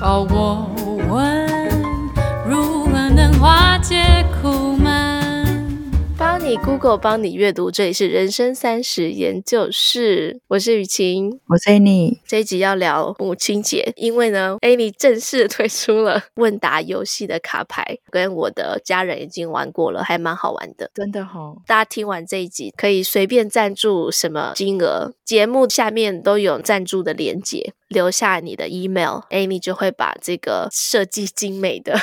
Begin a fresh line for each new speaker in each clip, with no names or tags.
保我问如何能化解苦闷。
帮你 Google，帮你阅读，这里是人生三十研究室，我是雨晴。
我是 Annie，
这一集要聊母亲节，因为呢，Annie 正式推出了问答游戏的卡牌，跟我的家人已经玩过了，还蛮好玩的。
真的好，
大家听完这一集，可以随便赞助什么金额，节目下面都有赞助的连接，留下你的 email，Amy 就会把这个设计精美的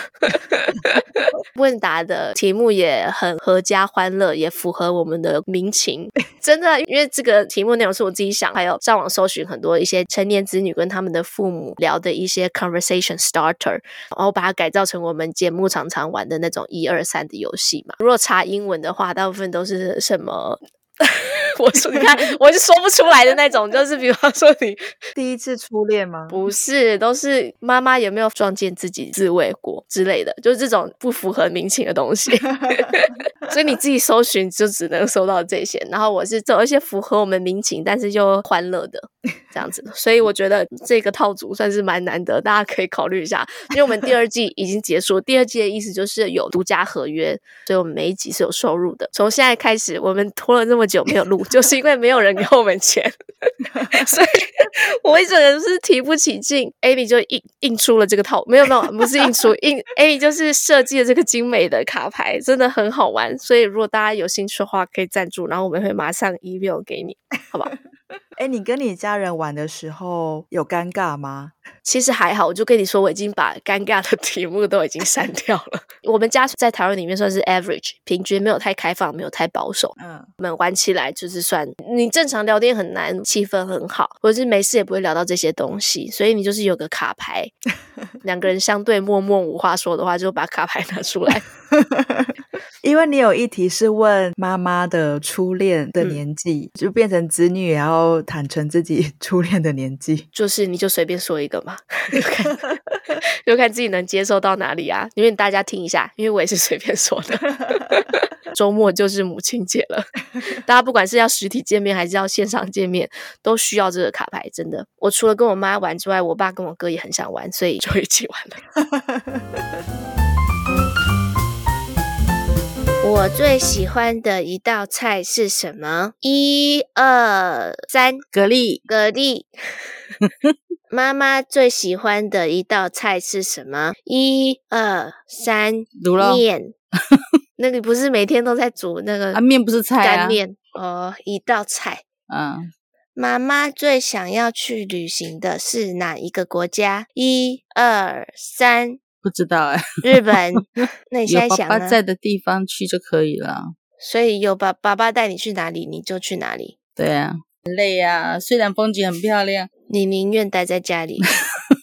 问答的题目也很合家欢乐，也符合我们的民情。 真的，因为这个题目内容是我自己想，还有上网搜寻很多一些成年子女跟他们的父母聊的一些 conversation starter，然后把它改造成我们节目常常玩的那种一二三的游戏嘛。如果查英文的话，大部分都是什么？ 我说，你看，我是说不出来的那种，就是比方说你
第一次初恋吗？
不是，都是妈妈有没有撞见自己自卫过之类的，就是这种不符合民情的东西。所以你自己搜寻就只能搜到这些。然后我是走一些符合我们民情，但是又欢乐的这样子。所以我觉得这个套组算是蛮难得，大家可以考虑一下。因为我们第二季已经结束，第二季的意思就是有独家合约，所以我们每一集是有收入的。从现在开始，我们拖了这么久没有录，就是因为没有人给我们钱，所以 我一整个人是提不起劲。Amy 就印印出了这个套，没有没有，不是印出印 Amy 就是设计了这个精美的卡牌，真的很好玩。所以如果大家有兴趣的话，可以赞助，然后我们会马上 email 给你。
哎，你跟你家人玩的时候有尴尬吗？
其实还好，我就跟你说，我已经把尴尬的题目都已经删掉了。 我们家在台湾里面算是 average，平均没有太开放，没有太保守。
嗯，
我们玩起来就是算你正常聊天很难，气氛很好，或者是没事也不会聊到这些东西，所以你就是有个卡牌，两个人相对默默无话说的话，就把卡牌拿出来。
因为你有一题是问妈妈的初恋的
嗯
年纪，就变成子女也要坦诚自己 初恋的年纪。
就是你就随便说一个嘛，就看就看自己能接受到哪里啊。因为大家听一下，因为我也是随便说 的。周末就是母亲节了，大家不管是要实体见面还是要线上见面，都需要这个卡牌。真的，我除了跟我妈玩之外，我爸跟我哥也很想玩，所以就一起玩了。 我最喜欢的一道菜是什么？一二三，
蛤蜊，
蛤蜊。妈妈最喜欢的一道菜是什么？一二三，
卤肉
面。那个不是每天都在煮那个
啊，面不是菜啊，
干面哦，一道菜。
嗯，
妈妈最想要去旅行的是哪一个国家？一二三，
不知道哎、
日 本。那你
有
现在
爸
想
爸
呢？
在的地方去就可以了。
所以有爸爸爸带你去哪里，你就去哪里。
对啊，很累啊，虽然风景很漂亮，
你宁愿待在家里。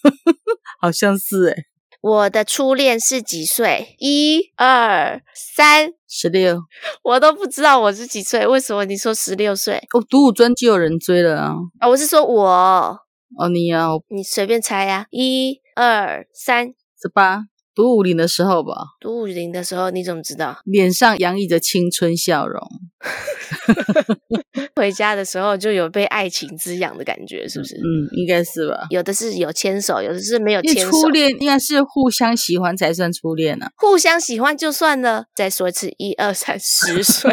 好像是哎、
我的初恋是几岁？一二三，
十六，
我都不知道我是几岁，为什么你说十六岁
哦，独舞专就有人追了啊。
啊？我是说我，
哦，你啊，
你随便猜呀、啊，一二三。
十八，独舞领的时候吧，
读五零的时候，你怎么知道？
脸上洋溢着青春笑容。
回家的时候就有被爱情滋养的感觉，是不是？
嗯，应该是吧。
有的是有牵手，有的是没有
因
牵
为
手。
初恋应该是互相喜欢才算初恋啊。
互相喜欢就算了。再说一次，一二三，十岁。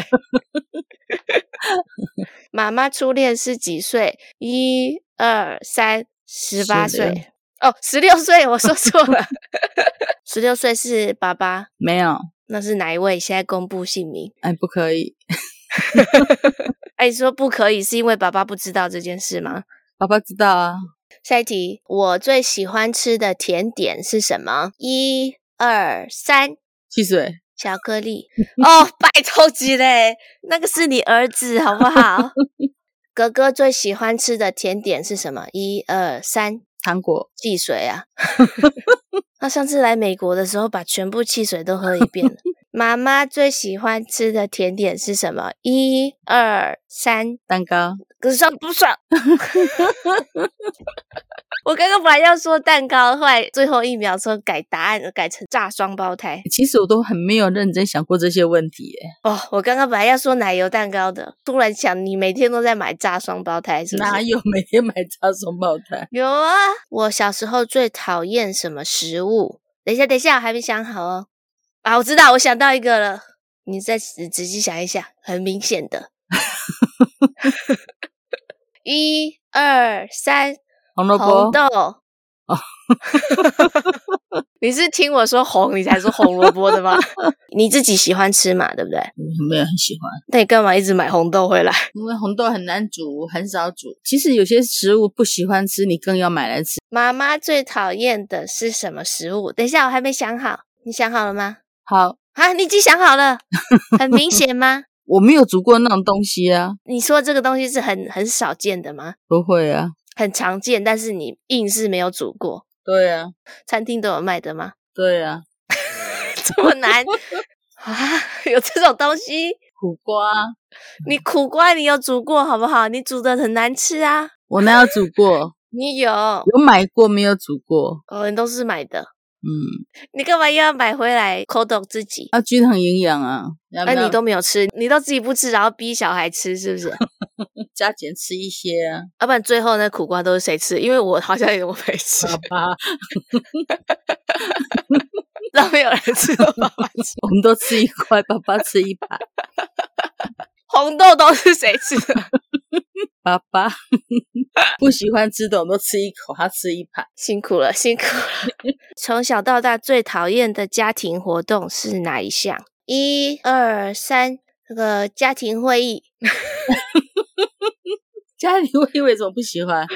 妈妈初恋是几岁？一二三，十八岁。哦，十六岁，我说错了。 十六岁是爸爸，
没有，
那是哪一位？现在公布姓名。
哎，不可以。
哎，你说不可以，是因为爸爸不知道这件事吗？
爸爸知道啊，
下一题，我最喜欢吃的甜点是什么？一二三，
汽水。
巧克力哦，拜托级嘞，那个是你儿子好不好？哥哥最喜欢吃的甜点是什么？一二三，
糖果，
汽水啊！他上次来美国的时候，把全部汽水都喝一遍了。妈妈最喜欢吃的甜点是什么？一二三，
蛋糕，
可是上不爽。 我刚刚本来要说蛋糕，后来最后一秒说改答案，改成炸双胞胎。
其实我都很没有认真想过这些问题耶。
哦，我刚刚本来要说奶油蛋糕的，突然想你每天都在买炸双胞胎，是不
哪
是？
有每天买炸双胞胎？
有啊，我小时候最讨厌什么食物？等一下，等一下，我还没想好哦。啊，我知道，我想到一个了，你再仔仔细想一想，很明显的。一二三，
红萝卜
红豆。哦，你是听我说红，你才说红萝卜的吗？ 你自己喜欢吃嘛，对不对？
嗯没有很喜欢，
那你干嘛一直买红豆回来？
因为红豆很难煮，很少煮。其实有些食物不喜欢吃，你更要买来吃。
妈妈最讨厌的是什么食物？等一下，我还没想好。你想好了吗？
好，
啊，你已经想好了，很明显吗？
我没有煮过那种东西啊，
你说这个东西是很很少见的吗？
不会啊。
很常见，但是你硬是没有煮过。
对啊，
餐厅都有卖的吗？
对啊，
这么难啊？ 有这种东西？
苦瓜
你苦瓜你有煮过好不好？你煮的很难吃啊。
我哪有煮过？
你有，
有买过没有煮过？
哦，你都是买的，
嗯，
你干嘛又要买回来抠懂自己？
要均衡营养啊。要不
那、
要
你都没有吃，你都自己不吃，然后逼小孩吃，是不是？
加减吃一些啊，
要不然最后那苦瓜都是谁吃？因为我好像也我没吃，
爸，
然后没有人吃，都爸爸吃。
我们都吃一块，爸爸吃一把，
红豆都是谁吃的？
爸爸不喜欢吃的我们都吃一口，他吃一盘。
辛苦了，辛苦了。 从小到大最讨厌的家庭活动是哪一项？一二三，那个家庭会议，
家里会为什么不喜欢？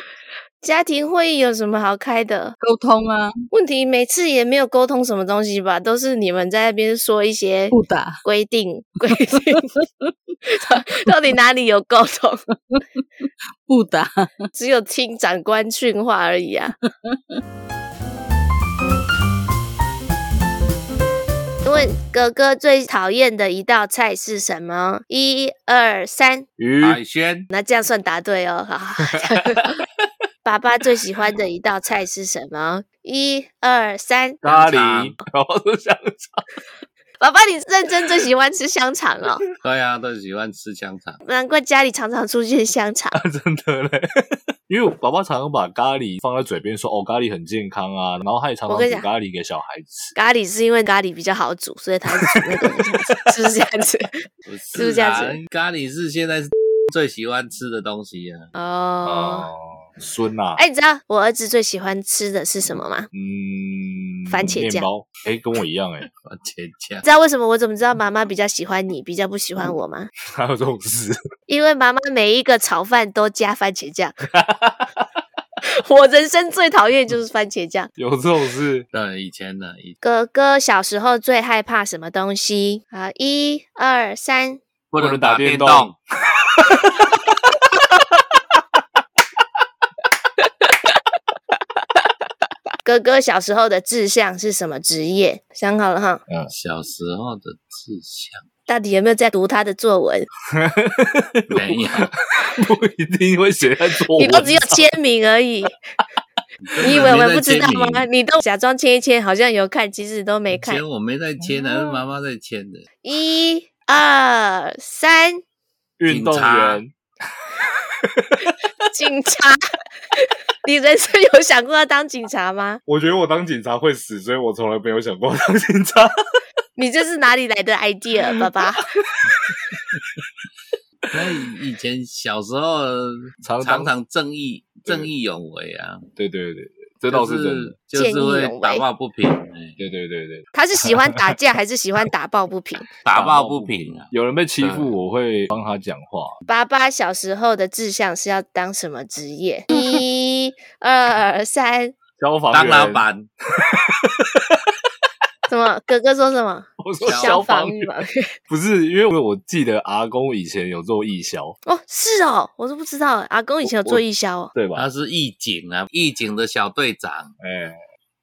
家庭会议有什么好开的？
沟通啊，
问题每次也没有沟通什么东西吧，都是你们在那边说一些
不打。
规定，规 定，到底哪里有沟通？
不打。
只有听长官训话而已啊。 问哥哥最讨厌的一道菜是什么？一二三，
鱼、海鲜、
那这样算答对哦。 好，爸爸最喜欢的一道菜是什么？一二三，
咖
香
喱，然后是香 肠。
爸爸你认真最喜欢吃香肠哦，
对啊，都喜欢吃香肠，
难怪家里常常出现香肠。
啊真的嘞， 因为我爸爸常常把咖喱放在嘴边说：“哦，咖喱很健康啊。”然后他也常
我
常
跟你
煮
讲
咖喱给小孩吃。
咖喱是因为咖喱比较好煮，所以他煮那个是不是这样子？
不
是不是这样子
啊咖喱是现在是 最喜欢吃的东西啊。
哦。
孙啊呐、
哎、你知道我儿子最喜欢吃的是什么吗？
嗯，
番茄
面
酱
包，哎、跟我一样哎、
番茄酱
你知道为什么我怎么知道妈妈比较喜欢你，比较不喜
嗯
欢我吗？
还有这种事？
因为妈妈每一个炒饭都加番茄 酱。我人生最讨厌就是番茄酱。
有这种事？
对，以前的以
哥哥小时候最害怕什么东西？啊，一二三，
不
不
能
能
打
打
电
电
动
动，
哥哥小时候的志向是什么职业？想好了哈，
小时候的志 向
到底有没有在读他的作文？
哦没有，
不一定会写在作
你
文。
都只有签名而 已。你以为我不知道
没在
吗？
签名？
你都假装签一签，好像有看，其实都没
以
看。嗯
前我没在签的，是妈妈在签的。
一二三，
运动
警察
员，
警察。 你人生有想过要当警察吗？
我觉得我当警察会死，所以我从来没有想过当警察。
你这是哪里来的 idea，爸 爸？
所以以前小时候
常
常
常
常正义
对
正义勇为啊，
对对对对，这倒是真的。
就
见义
是会
勇
打
为
抱不平，哎
对对对对，
他是喜欢打架还是喜欢打抱不平？
打抱不平啊。
有人被欺
对
负，我会帮他讲话。
爸爸小时候的志向是要当什么职业？一二三，
消防员
当老，板，
什么？哥哥说什么？
我说
消
消
防
防
预
员
防
不是，因为我记得阿公以前有做义消，
哦，是哦，我都不知道。阿公以前有做义消哦。
对吧
他？是义警啊，义警的小队长。
哎，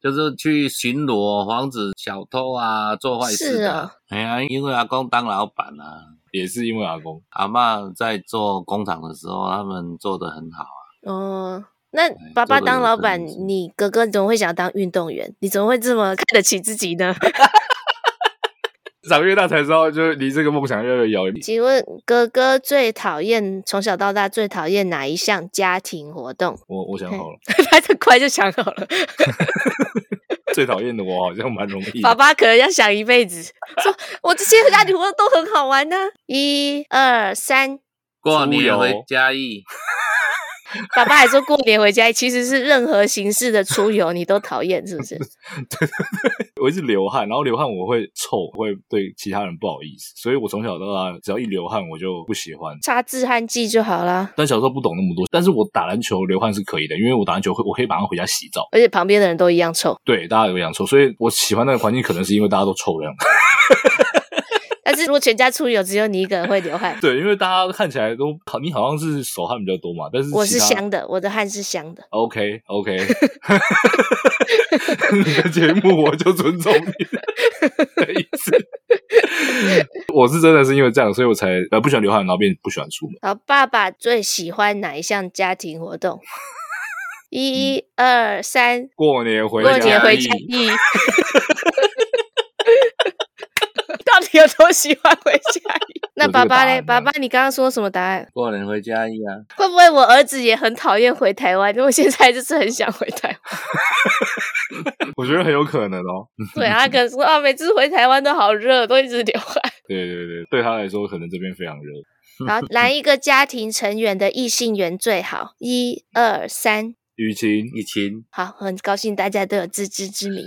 就是去巡逻防止小偷啊、做坏事的啊。哎呀、因为阿公当老板啊，
也是因为阿公。
阿嬷在做工厂的时候，他们做得很好啊。
哦，那爸爸
做得
当
有
老
分
板，
寸
你哥哥怎么会想当运动员？你怎么会这么看得起自己呢？
长越大才知道，就是离这个梦想越来越遥远。
请问哥哥最讨厌从小到大最讨厌哪一项家庭活动？
我我想好了，
他很快就想好了，
最讨厌的我好像蛮容易的。
爸爸可能要想一辈子，说我这些家庭活动都很好玩呢、一二三，
过
出
年
游
回嘉义，
爸爸还说过年回家，其实是任何形式的出游你都讨厌，是不是？
我一直流汗，然后流汗我会臭，会对其他人不好意思，所以我从小到大只要一流汗我就不喜欢。
擦止汗剂就好啦。
但小时候不懂那么多，但是我打篮球流汗是可以的，因为我打篮球会我可以马上回家洗澡。
而且旁边的人都一样臭，
对，大家有养臭，所以我喜欢那个环境，可能是因为大家都臭这样。。
但是如果全家出游，只有你一个人会流汗
对，因为大家看起来都好，你好像是手汗比较多嘛， 但是
我
其
是
他
香的，我的汗是香的。
OK OK，你的节目我就尊重你的意思。我是真的是因为这样，所以我才呃不喜欢流汗，然后变不喜欢出门。
然后爸爸最喜欢哪一项家庭活动？ 一、二、三，
过年嗯回
过年
家
回
里
家义。 到底有多喜欢回家义？那
有这个
爸爸
答
嘞？
案啊
爸
吗
爸，你刚刚说什么答案？
过年回嘉义啊。
会不会我儿子也很讨厌回台湾？因 为我现在就是很想回台湾。
我觉得很有可能哦。
对，他可能说啊，每次回台湾都好热，都一直流 汗。
对对对，对他来说可能这边非常热。
然后来一个家庭成员的异性缘最好，一二三，
雨晴，
以前
好，很高兴大家都有自知之明。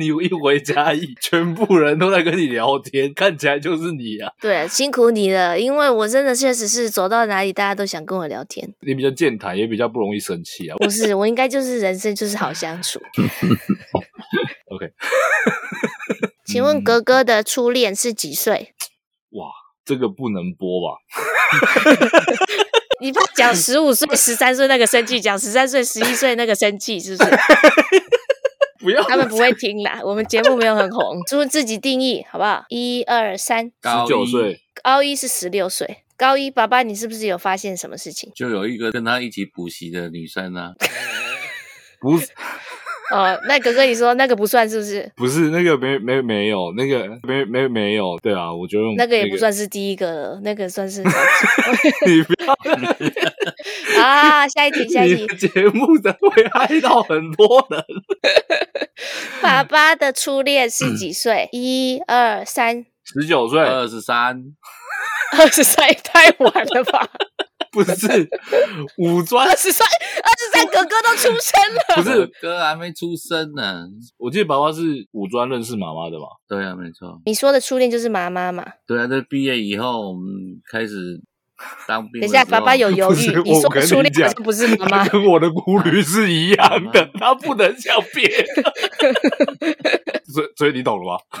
你一回家一，全部人都在跟你聊天，看起来就是你啊。
对，辛苦你了，因为我真的确实是走到哪里，大家都想跟我聊天。
你比较健谈，也比较不容易生气啊。
不是，我应该就是人生就是好相处。
OK，
请问格格的初恋是几岁？
这个不能播吧？
你怕讲十五岁、十三岁那个生气，讲十三岁、十一岁那个生气，是不是？
不要，
他们不会听啦。我们节目没有很红，就自己定义好不好？一二三，
高
十九
一
岁，
高一是十六岁。高一，爸爸，你是不是有发现什么事情？
就有一个跟他一起补习的女生啊，
不是
哦，那格格，你说那个不算是不是？
不是那个没没没有那个没没没有，对啊，我觉得
那个也不算是第一个了，那个 算是
你不 要
啊。下一题，下一题，
你的节目的会害到很多人。
爸爸的初恋
嗯
是几岁？一二三，
十九岁
二十三，
二十三也太晚了吧？
不是五专
二，十三，二十三，哥哥都出生了。
不是，
哥还没出生呢。
我记得爸爸是五专认识妈妈的嘛。
对啊，没错，
你说的初恋就是妈妈嘛？
对啊，在毕业以后，我们开始当
等
兵的
一
时
下，
候。
爸爸有犹
嗯不
豫
是，
你
我
说
跟
的初
你
恋
讲
好像不是妈妈
他。跟我的顾虑是一样的，他不能像 别人。所以所以你懂了吧？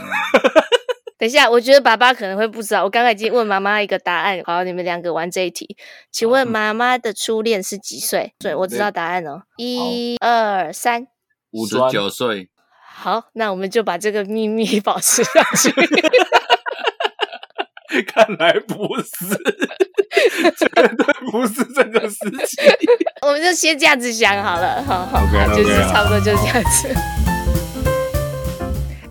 等一下，我觉得爸爸可能会不知道。我刚才已经问妈妈一个答案，好，你们两个玩这一题。请
嗯
问妈妈的初恋是几岁？对，我知道答案哦。一二三，
五
十
专
九岁，
好，那我们就把这个秘密保持下去。
看来不是， 绝对不是这个事情。
我们就先这样子想好了，好 好好
OK，OK，
就是
好
差不多就这样子。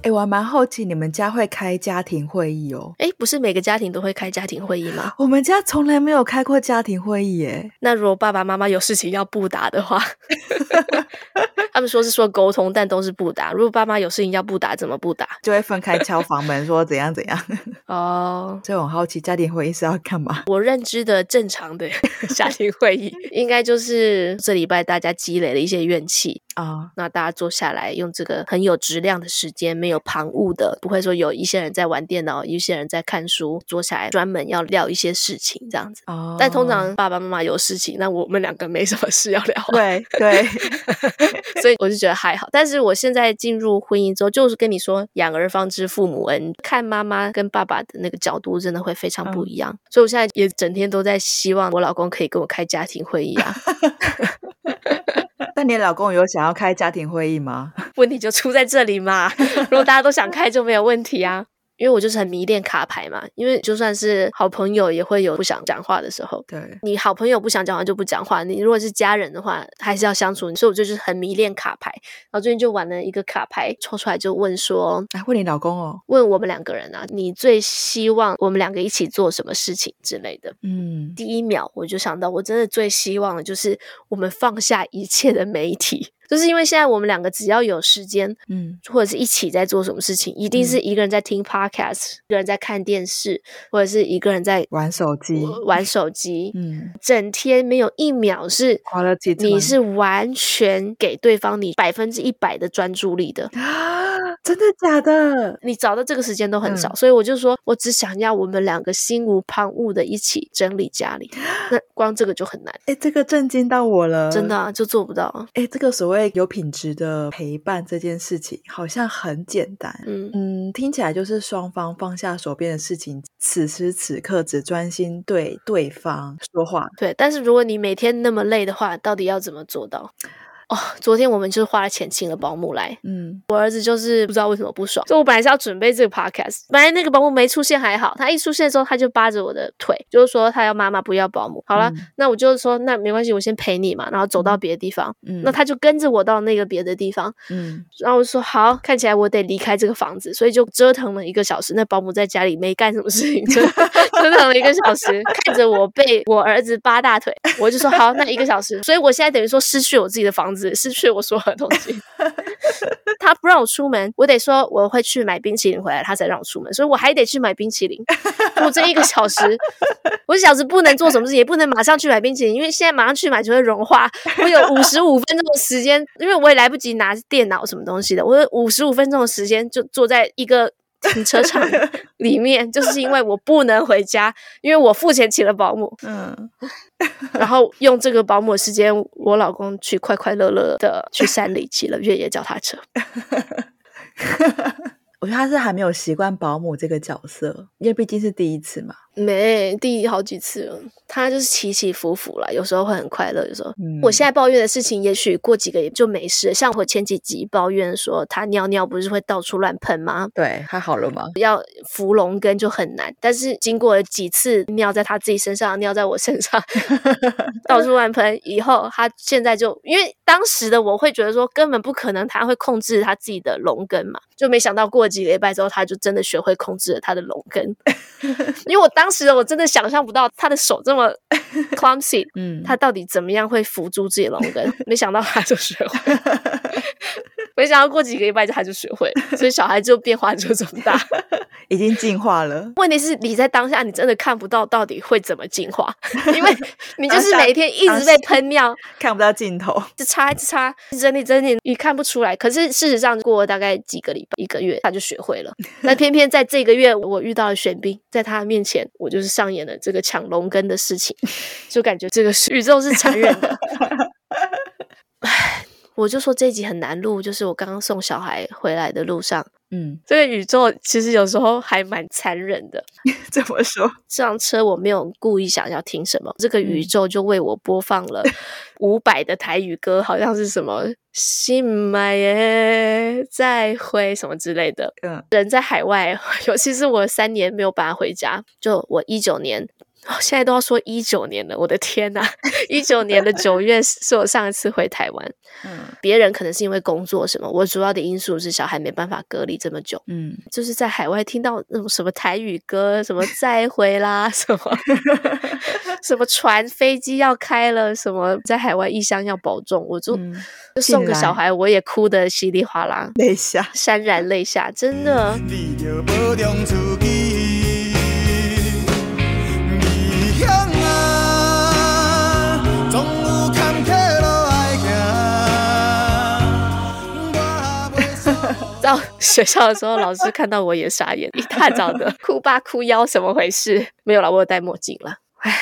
哎，我还蛮好奇你们家会开家庭会议哦。
哎，不是每个家庭都会开家庭会议吗？
我们家从来没有开过家庭会议耶。
那如果爸爸妈妈有事情要不打的 话，他们说是说沟通，但都是不打。如果爸妈有事情要不打，怎么不打？
就会分开敲房门说怎样怎样，
哦、
所以我很好奇家庭会议是要干嘛？
我认知的正常的 家庭会议，应该就是这礼拜大家积累了一些怨气，
啊、
那大家坐下来，用这个很有质量的时间，没有旁骛的，不会说有一些人在玩电脑，有一些人在看书，坐下来专门要聊一些事情这样子。
哦，
但通常爸爸妈妈有事情，那我们两个没什么事要聊。
对对，
所以我就觉得还好。但是我现在进入婚姻之后，就是跟你说“养儿方知父母恩”，看妈妈跟爸爸的那个角度真的会非常不一样。所以我现在也整天都在希望我老公可以跟我开家庭会议啊。
但你老公有想要开家庭会议吗？
问题就出在这里嘛。如果大家都想开，就没有问题啊。因为我就是很迷恋卡牌嘛，因为就算是好朋友也会有不想讲话的时候。
对，
你好朋友不想讲话就不讲话，你如果是家人的话，还是要相处。所以我就是很迷恋卡牌，然后最近就玩了一个卡牌，抽出来就问说，
来问你老公哦。
问我们两个人啊，你最希望我们两个一起做什么事情之类的。
嗯，
第一秒我就想到，我真的最希望的就是我们放下一切的媒体，就是因为现在我们两个只要有时间，
嗯，
或者是一起在做什么事情，一定是一个人在听 podcast，、一个人在看电视，或者是一个人在
玩手机
呃玩手机，
嗯，
整天没有一秒是
Quality time
你是完全给对方你百分之一百的专注力 的，
啊，真的假的？
你找到这个时间都很少，
嗯
所以我就说我只想要我们两个心无旁骛的一起整理家 里，那光这个就很难，
哎，这个震惊到我了，
真的啊、就做不到啊。
哎，这个所谓有品质的陪伴这件事情，好像很简单。
嗯，
嗯，听起来就是双方放下手边的事情，此时此刻只专心对对方说话。
对。但是如果你每天那么累的话，到底要怎么做到？哦，昨天我们就是花了钱请了保姆来，
嗯，
我儿子就是不知道为什么不爽。就我本来是要准备这个 podcast，本来那个保姆没出现还好，他一出现之后他就扒着我的腿，就是说他要妈妈不要保姆。好了，
嗯
那我就说那没关系，我先陪你嘛，然后走到别的地方。
嗯
那他就跟着我到那个别的地方，
嗯
然后我说好，看起来我得离开这个房子，所以就折腾了一个小时。那保姆在家里没干什么事情，折 折腾了一个小时，看着我被我儿子扒大腿，我就说好，那一个小时。所以我现在等于说失去我自己的房子，失去我所有的东西。他不让我出门，我得说我会去买冰淇淋回来，他才让我出门，所以我还得去买冰淇淋。我这一个小时，我一小时不能做什么事，也不能马上去买冰淇淋，因为现在马上去买就会融化。我有五十五分钟的时间，因为我也来不及拿电脑什么东西的，我有五十五分钟的时间就坐在一个。停车场里面，就是因为我不能回家，因为我付钱请了保姆，
嗯，
然后用这个保姆的时间，我老公去快快乐乐的去山里骑了越野脚踏车。
我觉得他是还没有习惯保姆这个角色，因为毕竟是第一次嘛。
没，第好几次了。他就是起起伏伏啦，有时候会很快乐，有时候、
嗯
我现在抱怨的事情，也许过几个也就没事了。像我前几集抱怨说他尿尿不是会到处乱喷吗？
对，他好了吗？
要扶龙根就很难，但是经过了几次尿在他自己身上，尿在我身上，到处乱喷，以后他现在就因为当时的我会觉得说根本不可能他会控制他自己的龙根嘛，就没想到过几个礼拜之后，他就真的学会控制了他的龙根，因为我当时我真的想象不到他的手这么 clumsy，
嗯，
他到底怎么样会扶住自己的龙根？没想到他就学会了， 没想到过几个礼拜就他就学会了，所以小孩就变化就这么大。
已经进化了。
问题是你在当下你真的看不到到底会怎么进 化，因为你就是每天一直被喷尿，
看不到尽头。
一直擦一直擦，一直整理整理，你看不出来。可是事实上过了大概几个礼拜、一个月，他就学 会了。那偏偏在这个月我遇到了玄彬，在他面前我就是上演了这个抢龙根的事情，就感觉这个是宇宙是残忍 的。唉，我就说这一集很难录，就是我刚刚送小孩回来的路上，
嗯，
这个宇宙其实有时候还蛮残忍的。
怎么说？
这辆车我没有故意想要听什么，这个宇宙就为我播放了伍佰的台语歌，好像是什么“心满耶再会”什么之类的。
嗯，
人在海外， 尤其是我三年没有办法回家，就我一九年。哦现在都要说一九年了，我的天呐！一九年的九月是是我上一次回台湾，
嗯
别人可能是因为工作什么，我主要的因素是小孩没办法隔离这么久，
嗯，
就是在海外听到那种什么台语歌，什么再会啦，什 么什么船飞机要开了，什么在海外异乡要保重，我就、
嗯
就送
竟
个小
然
孩，我也哭得稀里哗啦，
等一下，
潸然泪下，真的。
你着保重自己，危险啊，总有坎坷路要行。我袂说。
到 学校的时候，老师看到我也傻眼，一大早的哭吧哭腰，怎么回事？没有啦，我有戴墨镜啦。唉，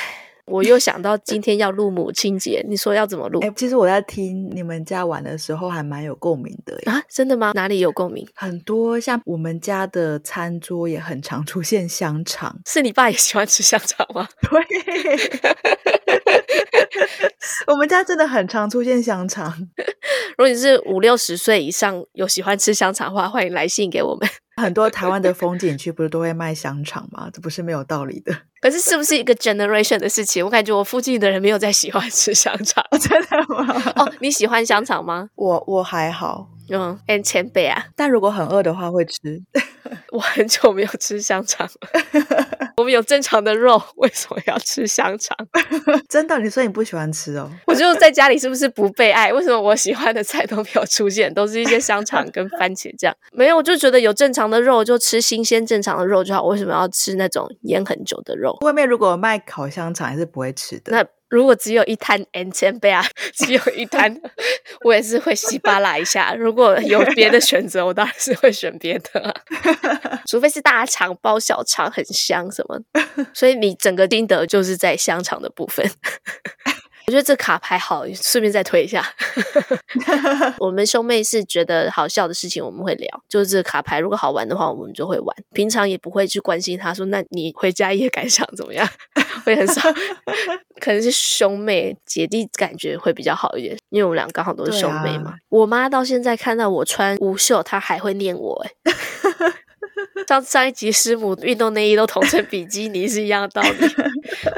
我又想到今天要录母亲节，你说要怎么录
哎、其实我在听你们家玩的时候，还蛮有共鸣的耶。
啊？真的吗？哪里有共鸣？
很多像我们家的餐桌也很常出 现香肠，
是你爸也喜欢吃香肠吗？
对， 我们家真的很常出现香肠，
如果你是五六十岁以上有喜欢吃香肠的话，欢迎来信给我们。
很多台湾的风景区不是都会卖香肠吗？这不是没有道理 的。
可是是不是一个 generation 的事情？我感觉我附近的人没有在喜欢吃香肠。
真的吗？
哦，你喜欢香肠吗？
我我还好，
嗯，and 前辈啊，
但如果很饿的话会吃。
我很久没有吃香肠了。 我们有正常的肉，为什么要吃香肠？
真的，你说你不喜欢吃哦？
我就在家里是不是不被爱？为什么我喜欢的菜都没有出现，都是一些香肠跟番茄酱？没有，我就觉得有正常的肉就吃新鲜正常的肉就好，为什么要吃那种腌很久的肉？
外面如果有卖烤香肠，还是不会吃的。
那如果只有一摊 N 千倍啊，只有一摊，我也是会稀巴拉一下。如果有别的选择，我当然是会选别的啊、除非是大肠包小肠很香什么。所以你整个心得就是在香肠的部分。我觉得这卡牌好，顺便再推一下。 我们兄妹是觉得好笑的事情，我们会聊。就是这个卡牌，如果好玩的话，我们就会玩。平常也不会去关心他说，那你回家夜感想怎么样？ 会很少，可能是兄妹姐弟感觉会比较好一点，因为我们俩刚好都是
对
兄妹嘛。
啊
我妈到现在看到我穿无袖，她还会念我、 欸。上上一集师母运动内衣都统称比基尼是一样的道理，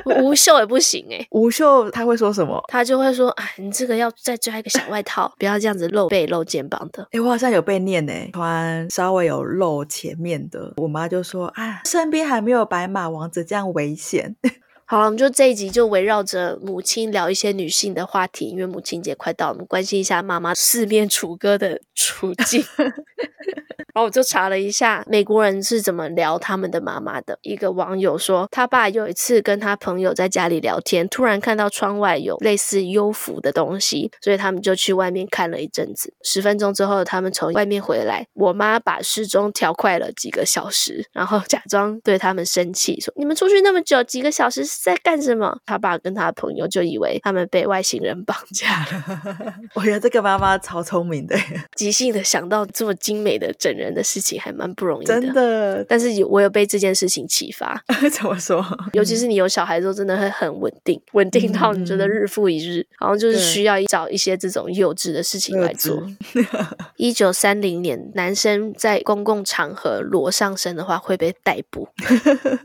我 无袖也不行哎、
吴秀他会说什么？
他就会说：“哎，你这个要再加一个小外套，不要这样子露背露肩膀的。
哎、我好像有被念呢、穿稍微有露前面的，我妈就说啊，身边还没有白马王子，这样危险。”
好了，我们就这一集就围绕着母亲聊一些女性的话题，因为母亲节快到，我们关心一下妈妈四面楚歌的处境。然后我就查了一下美国人是怎么聊他们的妈妈的。一个网友说，他爸有一次跟他朋友在家里聊天，突然看到窗外有类似幽浮的东西，所以他们就去外面看了一阵子。十分钟之后，他们从外面回来，我妈把时钟调快了几个小时，然后假装对他们生气，说：“你们出去那么久，几个小时是在干什么？”他爸跟他朋友就以为他们被外星人绑架了。
我觉得这个妈妈超聪明的、
即兴的想到这么精美的整人的事情，还蛮不容易
真的。
但是有我有被这件事情启发，
怎么说？
尤其是你有小孩之后，真的会很稳定，稳定到你觉得
嗯
日复一日，然后就是
对
需要找一些这种幼稚的事情
幼
来做
稚。
一九三零年，男生在公共场合裸上身的话会被逮 捕，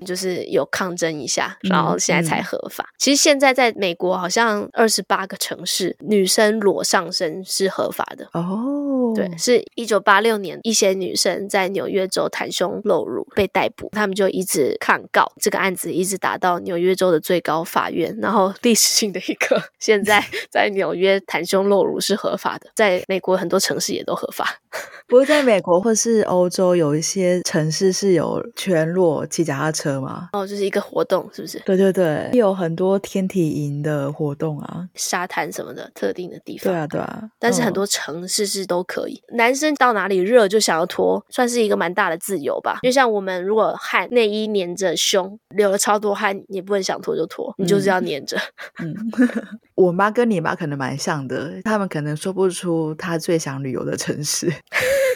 就是有抗争一下，然
嗯
后现在才合法。其实现在在美国，好像二十八个城市，女生裸上身是合法的。
哦，
对，是一九八六年，一些女生在纽约州袒胸露乳被逮捕，他们就一直抗告，这个案子一直打到纽约州的最高法院，然后历史性的一刻， 现 在在纽约袒胸露乳是合法的，在美国很多城市也都合法。
不过在美国或是欧洲，有一些城市是有全裸骑脚踏车嘛？
哦，就是一个活动，是不是？
对对对，有很多天体营的活动啊。
沙滩什么的特定的地方。
对啊，对啊。
但是很
嗯
多城市是都可以，男生到哪里热就想要脱，算是一个蛮大的自由吧。就像我们如果汗内衣粘着胸，流了超多汗，你也不能想脱就脱，你就是要粘着。
我妈跟你妈可能蛮像的，他们可能说不出她最想旅游的城市，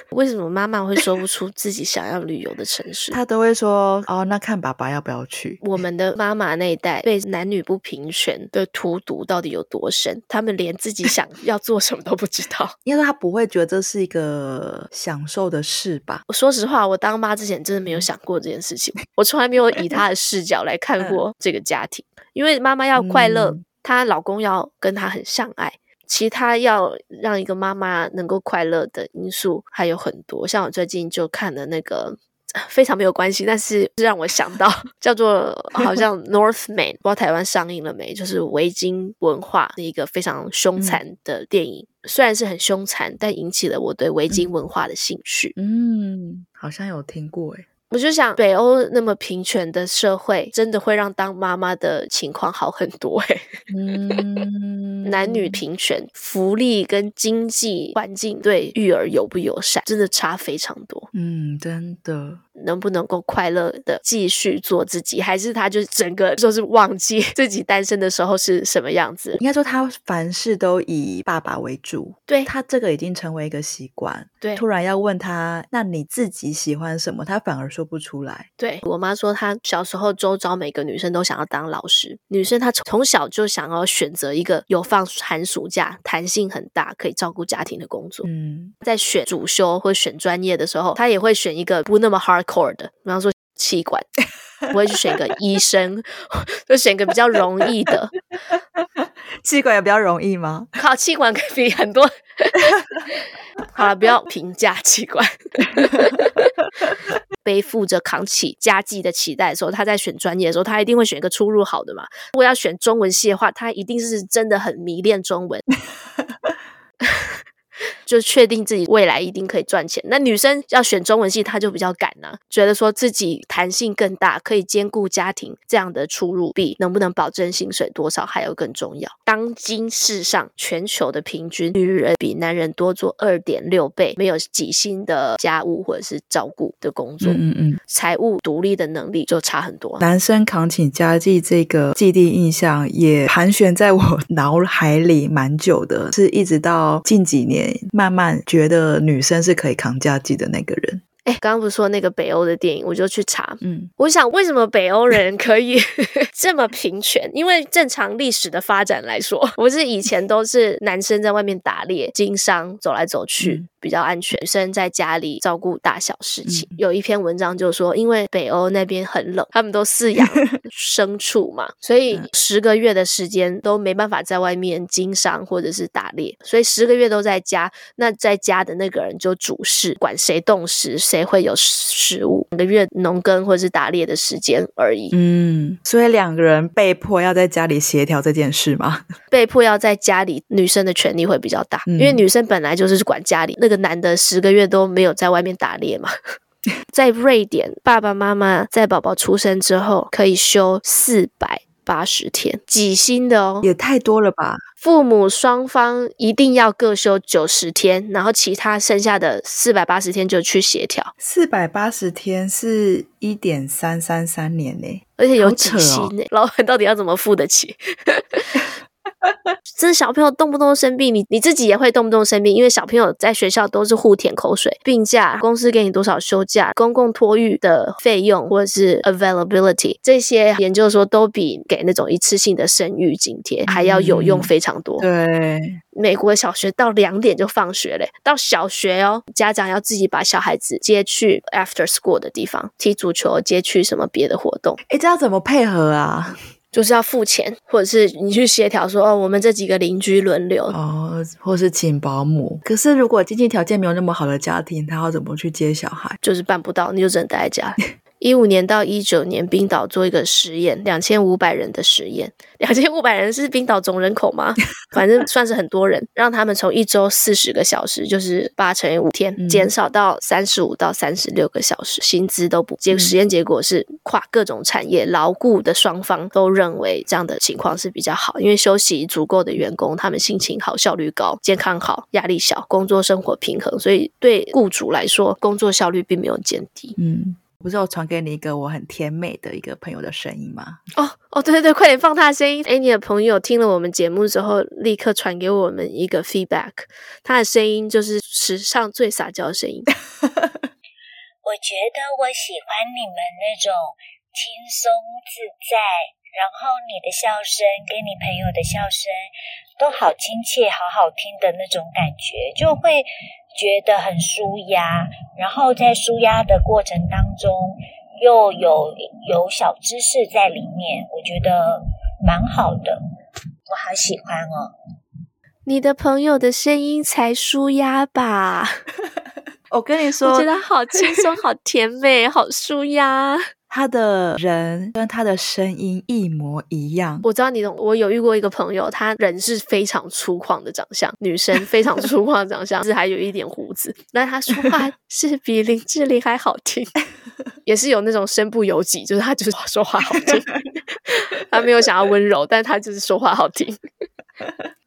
为什么妈妈会说不出自己想要旅游的城市？
她都会说哦，那看爸爸要不要去。
我们的妈妈那一代被男女不平权的荼毒到底有多深？他们连自己想要做什么都不知道。
应该说她不会觉得这是一个享受的事吧？
我说实话，我当妈之前真的没有想过这件事情，我从来没有以她的视角来看过这个家庭，因为妈妈要快乐
嗯，
她、老公要跟她很相爱。其他要让一个妈妈能够快乐的因素还有很多，像我最近就看了那个呃非常没有关系，但是让我想到叫做好像 Northman，不知道台湾上映了没，就是维京文化的一个非常凶残的电影。虽然是很凶残，但引起了我对维京文化的兴趣。
嗯，好像有听过欸诶。
我就想，北欧那么平权的社会，真的会让当妈妈的情况好很多诶、
嗯
男女平权、福利跟经济环境对育儿友不友善，真的差非常多。
嗯，真的，
能不能够快乐的继续做自己，还是他就整个就是忘记 自己单身的时候是什么样子？
应该说他凡事都以爸爸为主，
对
他这个已经成为一个习惯。
对
突然要问他，那你自己喜欢什么？他反而说不出来。
对我妈说，她小时候周遭每个女生都想要当老师，女生她从从小就想要选择一个有放寒暑假、弹性很大、可以照顾家庭的工作。
嗯，
在选主修或选专业的时候，她也会选一个不那么 hardcore 的，比方说气管，不会去选一个医生， 就选一个比较容易的。
气管也比较容易吗？
靠，气管可比很多。 好了，不要评价气管。 背负着扛起家计的期待的时候，他在选专业的时候，他一定会选一个出入好的嘛。如果要选中文系的话，他一定是真的很迷恋中 文，就确定自己未来一定可以赚钱。那女生要选中文系，她就比较敢呢、觉得说自己弹性更大，可以兼顾家庭这样的出入比能不能保证薪水多少还要更重要。当今世上全球的平均女人比男人多做二点六倍，没有几薪的家务或者是照顾的工作，
嗯嗯。
财务独立的能力就差很多。
男生扛起家计这个既定印象也盘旋在我脑海里蛮久的，是一直到近几年慢慢觉得女生是可以扛家计的那个人。
哎，刚刚不是说那个北欧的电影，我就去查，
嗯，
我想，为什么北欧人可以 这么平权？因为正常历史的发展来说，不是以前都是男生在外面打猎、经商，走来走去。
嗯
比较安全，女生在家里照顾大小事情。
嗯
有一篇文章就说，因为北欧那边很冷，他们都饲 养牲畜嘛，所以
嗯
十个月的时间都没办法在外面经商或者是打猎，所以十个月都在家。那在家的那个人就主事，管谁动食，谁会有食物，每个月农耕或者是打猎的时间而已。
嗯，所以两个人被迫要在家里协调这件事吗？
被迫要在家里，女生的权利会比较大，
嗯
因为女生本来就是管家里。那个男的十个月都没有在外面打猎嘛。 在瑞典，爸爸妈妈在宝宝出生之后可以休四百八十天，几薪的哦。
也太多了吧？
父母双方一定要各休九十天，然后其他剩下的四百八十天就去协调，
四百八十天是一点三三三年呢、
而且有
好
几
扯哦
薪呢、欸 老板到底要怎么付得起？ 这小朋友动不动生病，你你自己也会动不动生病，因为小朋友在学校都是互舔口水，病假公司给你多少休假，公共托育的费用或者是 availability 这些研究说都比给那种一次性的生育津贴还要有用
嗯
非常多。
对，
美国小学到两点就放学嘞，到小学哦，家长要自己把小孩子接去 after school 的地方踢足球，接去什么别的活动，
哎，这要怎么配合啊？
就是要付钱，或者是你去协调说哦，我们这几个邻居轮流。
哦，或是请保姆。可是如果经济条件没有那么好的家庭，他要怎么去接小孩？
就是办不到，你就只能待在家。一五年到一九年，冰岛做一个实验，两千五百人的实验，两千五百人是冰岛总人口吗？反正算是很多人，让他们从一周四十个小时，就是八乘以五天，
嗯
减少到三十五到三十六个小时，薪资都不。结果
嗯
实验结果是，跨各种产业劳雇的双方都认为这样的情况是比较好，因为休息足够的员工，他们心情好，效率高，健康好，压力小，工作生活平衡，所以对雇主来说，工作效率并没有减低。
嗯，不是我传给你一个我很甜美的一个朋友的声音吗？
哦哦，对对对，快点放他的声音。哎，你的朋友听了我们节目之后，立刻传给我们一个 feedback，他的声音就是史上最撒娇的声音。
我觉得我喜欢你们那种轻松自在，然后你的笑声跟你朋友的笑声都好亲切、好好听的那种感觉，就会觉得很舒压。然后在舒压的过程当中，又有有小知识在里面，我觉得蛮好的，我好喜欢哦。
你的朋友的声音才舒压吧？
我跟你
我
说
觉，得好轻松，好甜美，好舒压。
他的人跟他的声音一模一样。
我知道你懂，我有遇过一个朋友，她人是非常粗犷的长相，女生非常粗犷的长相，是还有一点胡子，但她说话是比林志玲还好 听，也是有那种身不由己，就是她就是说 话好听，她没有想要温柔，但她就是说话好听。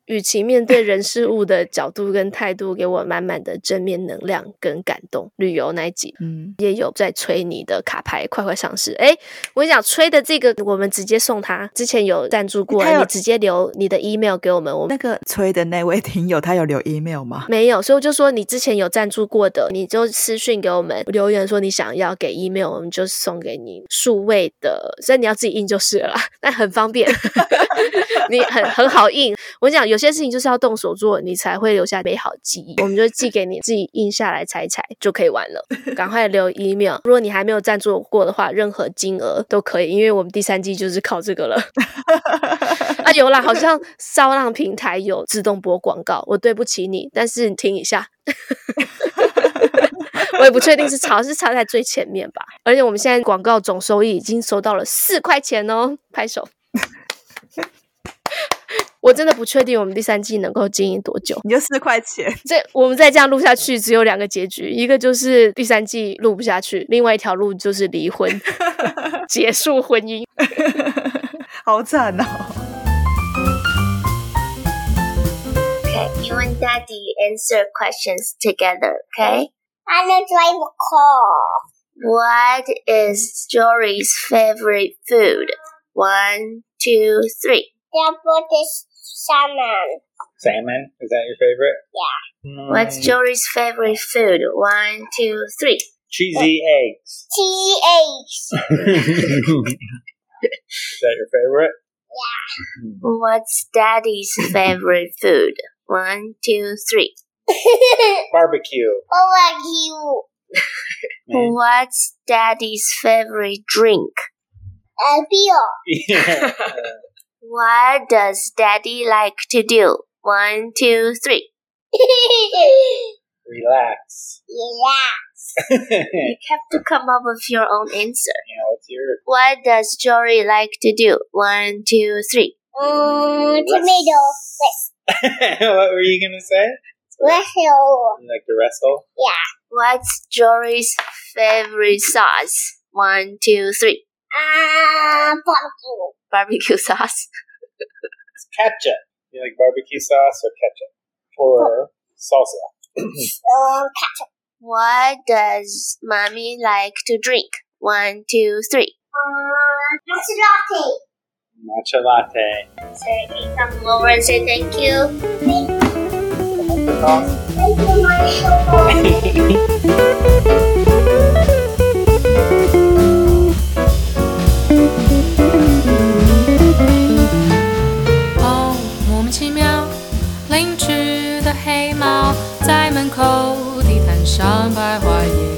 与其面对人事物的角度跟态度，给我满满的正面能量跟感动。旅游那一集
嗯，
也有在催你的卡牌快快上市。哎，我跟你讲，催的这个我们直接送他，之前有赞助过，
他有
你直接留你的 email 给我们，我们
那个催的那位听友他有留 email 吗？
没有，所以我就说你之前有赞助过的，你就私讯给我们留言说你想要给 email，我们就送给你数位的，所以你要自己印就是了啦， 但很方便，你很很好印。我跟你讲有些事情就是要动手做，你才会留下美好记忆。我们就寄给你自己印下来踩一踩就可以玩了，赶快留 email。如果你还没有赞助过的话，任何金额都可以，因为我们第三季就是靠这个了。啊，有啦，好像骚浪平台有自动播广告，我对不起你，但是你听一下。 我也不确定是潮是潮在最前面吧，而且我们现在广告总收益已经收到了四块钱哦，拍手。 我真的不确定我们第三季能够经营多久，
你就四块钱，
这我们再这样录下去，只有两个结局，一个就是第三季录不下去，另外一条路就是离婚， 结束婚姻。
好惨哦！
Okay, you and Daddy answer questions together, okay? I don't drive a car. What is Jory's favorite food? One, two, three. Double this salmon.
Salmon? Is that your favorite? Mm, Yeah.
What's Jory's favorite food? One, two, three.
Cheesy eggs.
Tea eggs.
Is that your favorite?
What's Daddy's favorite food? One, two, three.
Barbecue.
Barbecue.
Man.
What's Daddy's favorite drink? A beer.
Yeah.
What does Daddy like to do? One, two, three.
Relax.
Relax. You have to come up with your own answer.
Yeah, what's your
What does Jory like to do? One, two, three. Um,
tomato. what were you gonna say?
Wrestle.
You like to wrestle?
What's Jory's favorite sauce? One, two, three. Ah, barbecue. Barbecue sauce.
It's ketchup. You like barbecue sauce or ketchup? Or salsa?
What does mommy like to drink? One, two, three. Uh, latte.
Matcha latte.
So you can come over and say thank you. Thank you. Thank you, Michael.
哦，莫名其妙，邻居的黑猫在门口地毯上徘徊，也